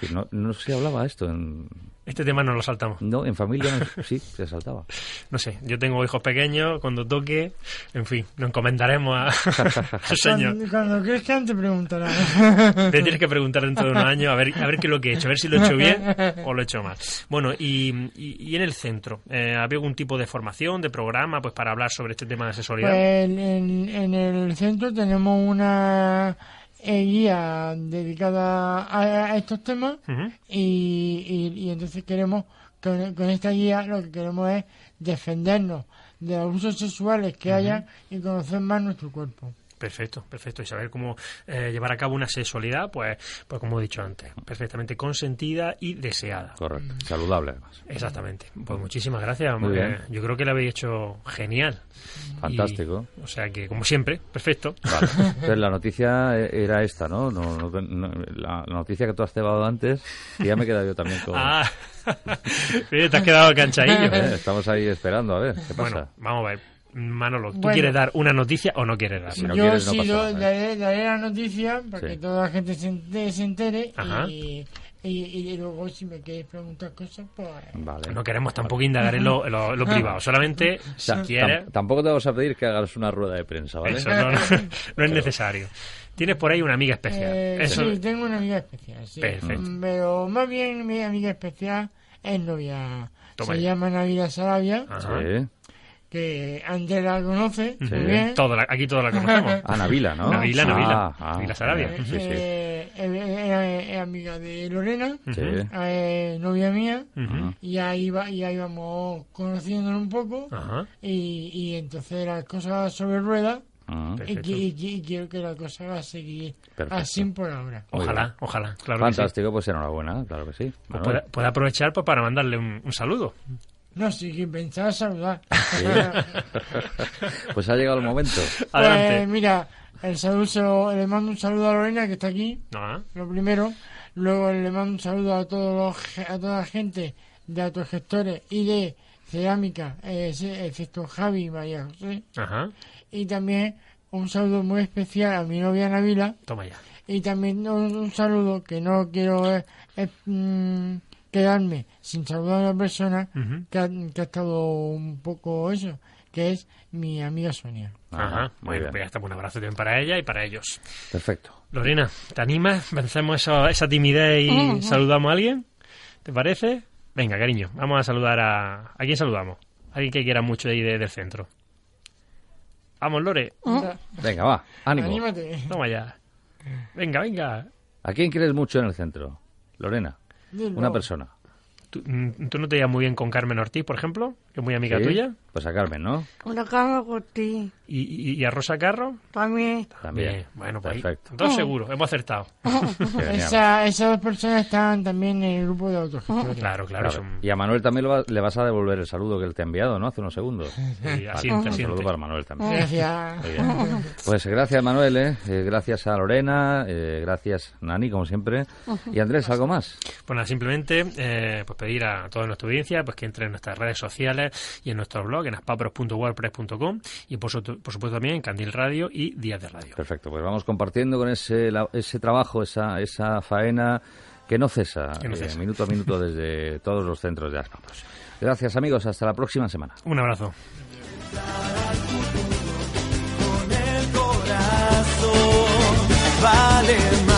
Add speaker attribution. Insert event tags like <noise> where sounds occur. Speaker 1: Y no, no se hablaba esto. En,
Speaker 2: Este tema no lo saltamos.
Speaker 1: no, en familia no- sí, se saltaba.
Speaker 2: No sé, yo tengo hijos pequeños, cuando toque, en fin, nos encomendaremos
Speaker 1: <laughs>
Speaker 2: a- al señor.
Speaker 3: Cuando, cuando crezcan te preguntarán.
Speaker 2: Te tienes que preguntar dentro de unos años a ver, a ver qué es lo que he hecho, a ver si lo he hecho bien o lo he hecho mal. Bueno, y, y- y en el centro, eh, ¿había algún tipo de formación, de programa, pues para hablar sobre este tema de asesoría?
Speaker 3: Pues en, en el centro tenemos una eh, guía dedicada a, a estos temas
Speaker 2: Ujú.
Speaker 3: y, y- y entonces queremos, con, con esta guía lo que queremos es defendernos de abusos sexuales que haya y conocer más nuestro cuerpo.
Speaker 2: Perfecto, perfecto. Y saber cómo eh, llevar a cabo una sexualidad, pues, pues como he dicho antes, perfectamente consentida y deseada.
Speaker 1: Correcto. Saludable, además.
Speaker 2: Exactamente. Pues muchísimas gracias.
Speaker 1: Muy
Speaker 2: Eh,
Speaker 1: bien.
Speaker 2: Yo creo que lo habéis hecho genial.
Speaker 1: Fantástico.
Speaker 2: Y, o sea que, como siempre, perfecto.
Speaker 1: Vale. Entonces, la noticia eh, era esta, ¿no? No- no- no- la, la noticia que tú has cebado antes, y ya me he quedado yo también con...
Speaker 2: <laughs> Ah, Oye, te has
Speaker 1: <laughs>
Speaker 2: quedado canchadillo.
Speaker 1: Eh, Estamos ahí esperando, a ver, ¿qué pasa?
Speaker 2: Bueno, vamos a ver. Manolo, ¿tú
Speaker 3: Bueno.
Speaker 2: quieres dar una noticia o no quieres
Speaker 1: Sí.
Speaker 2: darla?
Speaker 1: no
Speaker 3: Yo
Speaker 1: quieres, no
Speaker 3: sí
Speaker 1: pasa
Speaker 3: lo-
Speaker 1: nada, ¿eh?
Speaker 3: daré, daré la noticia para
Speaker 1: Sí.
Speaker 3: que toda la gente se ente- se entere,
Speaker 2: Ajá.
Speaker 3: y, y- y luego si me queréis preguntar cosas, pues...
Speaker 1: Vale.
Speaker 2: No queremos tampoco indagar en lo, en lo-
Speaker 3: Ah.
Speaker 2: en lo privado. Solamente,
Speaker 1: O
Speaker 2: si
Speaker 1: sea,
Speaker 2: quieres...
Speaker 1: tam- tampoco te vamos a pedir que hagas una rueda de prensa, ¿vale?
Speaker 2: Eso no, no-
Speaker 3: <laughs>
Speaker 2: no es necesario. Tienes por ahí una amiga especial.
Speaker 3: Eh,
Speaker 2: Eso-
Speaker 3: Sí, tengo una amiga especial. sí.
Speaker 2: Perfecto.
Speaker 3: Mm, Pero más bien mi amiga especial es novia.
Speaker 2: Toma Ah.
Speaker 3: Se
Speaker 2: ya.
Speaker 3: llama Navidad Sarabia,
Speaker 2: Ajá.
Speaker 1: Sí.
Speaker 3: que antes la conoce
Speaker 1: Sí.
Speaker 3: muy bien.
Speaker 2: Todo la- aquí todos la
Speaker 3: <laughs>
Speaker 2: conocemos.
Speaker 1: Ah, Navila, ¿no?
Speaker 2: Navila,
Speaker 1: Ah,
Speaker 2: Navila.
Speaker 1: ah,
Speaker 2: Navila Sarabia.
Speaker 1: eh, Sí, sí.
Speaker 3: Eh, eh, era- es amiga de Lorena,
Speaker 2: Mm.
Speaker 1: Sí.
Speaker 3: eh, novia mía,
Speaker 2: Ujú.
Speaker 3: y ahí, va, y ahí vamos conociéndonos un poco.
Speaker 2: Ajá.
Speaker 3: Y, y entonces las cosas sobre ruedas.
Speaker 1: Ah.
Speaker 3: Y,
Speaker 2: Perfecto.
Speaker 3: qui- y qui- y quiero que la cosa va a seguir
Speaker 1: Perfecto.
Speaker 3: así por ahora.
Speaker 1: Muy
Speaker 2: Ojalá,
Speaker 1: bien.
Speaker 2: ojalá. Claro que sí.
Speaker 1: Fantástico, pues enhorabuena, claro que sí.
Speaker 2: Pues
Speaker 1: Manuel.
Speaker 2: puede, puede aprovechar pues, para mandarle un, un saludo.
Speaker 3: No, sí que pensaba saludar. <laughs>
Speaker 1: Pues ha llegado el momento.
Speaker 2: Adelante.
Speaker 3: Pues mira, el saludo, se lo- le mando un saludo a Lorena que está aquí,
Speaker 2: Ah,
Speaker 3: lo primero. Luego le mando un saludo a todos los, ge- a toda la gente de autogestores y de cerámica, eh, sí, excepto Javi y María José.
Speaker 2: ajá.
Speaker 3: Y también un saludo muy especial a mi novia Navila.
Speaker 2: Toma ya.
Speaker 3: Y también un, un saludo que no quiero eh, eh, mm, quedarme sin saludar a una persona
Speaker 2: Ujú.
Speaker 3: que ha, que ha estado un poco eso, que es mi amiga Sonia.
Speaker 2: Ajá.
Speaker 1: Ajá, muy
Speaker 2: Bueno,
Speaker 1: bien.
Speaker 2: pues ya está. Un abrazo también para ella y para ellos.
Speaker 1: Perfecto.
Speaker 2: Lorena, ¿te animas? Vencemos eso- esa timidez y saludamos a alguien. ¿Te parece? Venga, cariño, vamos a saludar a... ¿A quién saludamos? Alguien que quiera mucho ahí de- del centro. Vamos, Lore.
Speaker 3: Da-
Speaker 1: Venga, va, ánimo.
Speaker 3: Anímate.
Speaker 2: Toma ya. Venga, venga.
Speaker 1: ¿A quién quieres mucho en el centro? Lorena,
Speaker 3: Dilo.
Speaker 1: una persona.
Speaker 2: ¿Tú, mm, tú no te llevas muy bien con Carmen Ortiz, por ejemplo? Que es muy amiga
Speaker 1: ¿Sí?
Speaker 2: tuya.
Speaker 1: Pues a Carmen, ¿no?
Speaker 4: Una cama por ti,
Speaker 2: ¿Y, y- y a Rosa Carro?
Speaker 4: también.
Speaker 1: También.
Speaker 2: Bien, Bueno, pues ahí,
Speaker 1: Perfecto.
Speaker 2: dos seguros, hemos acertado.
Speaker 1: Genial.
Speaker 3: Esa- esas dos personas estaban también en el grupo de autogestores.
Speaker 2: Claro, claro.
Speaker 1: Claro.
Speaker 2: son-
Speaker 1: Y a Manuel también lo va- le vas a devolver el saludo que él te ha enviado, ¿no? Hace unos segundos.
Speaker 2: sí,
Speaker 1: Vale,
Speaker 2: asiente,
Speaker 1: un saludo
Speaker 2: asiente.
Speaker 1: para Manuel también.
Speaker 3: Gracias.
Speaker 1: Muy bien. Pues gracias Manuel, ¿eh? Eh, gracias a Lorena, eh, gracias Nani, como siempre. Y Andrés, ¿algo más?
Speaker 2: Bueno, Pues simplemente eh, pues pedir a toda nuestra audiencia pues que entre en nuestras redes sociales y en nuestro blog, en aspapros.wordpress.com y por, su- por supuesto también en Candil Radio y Días de Radio.
Speaker 1: Perfecto, pues vamos compartiendo con ese, la- ese trabajo, esa, esa faena que no cesa,
Speaker 2: Que no
Speaker 1: eh,
Speaker 2: cesa.
Speaker 1: minuto a minuto desde todos los centros de Aspapros. Gracias amigos, hasta la próxima semana.
Speaker 2: Un abrazo.
Speaker 5: Con el corazón vale más.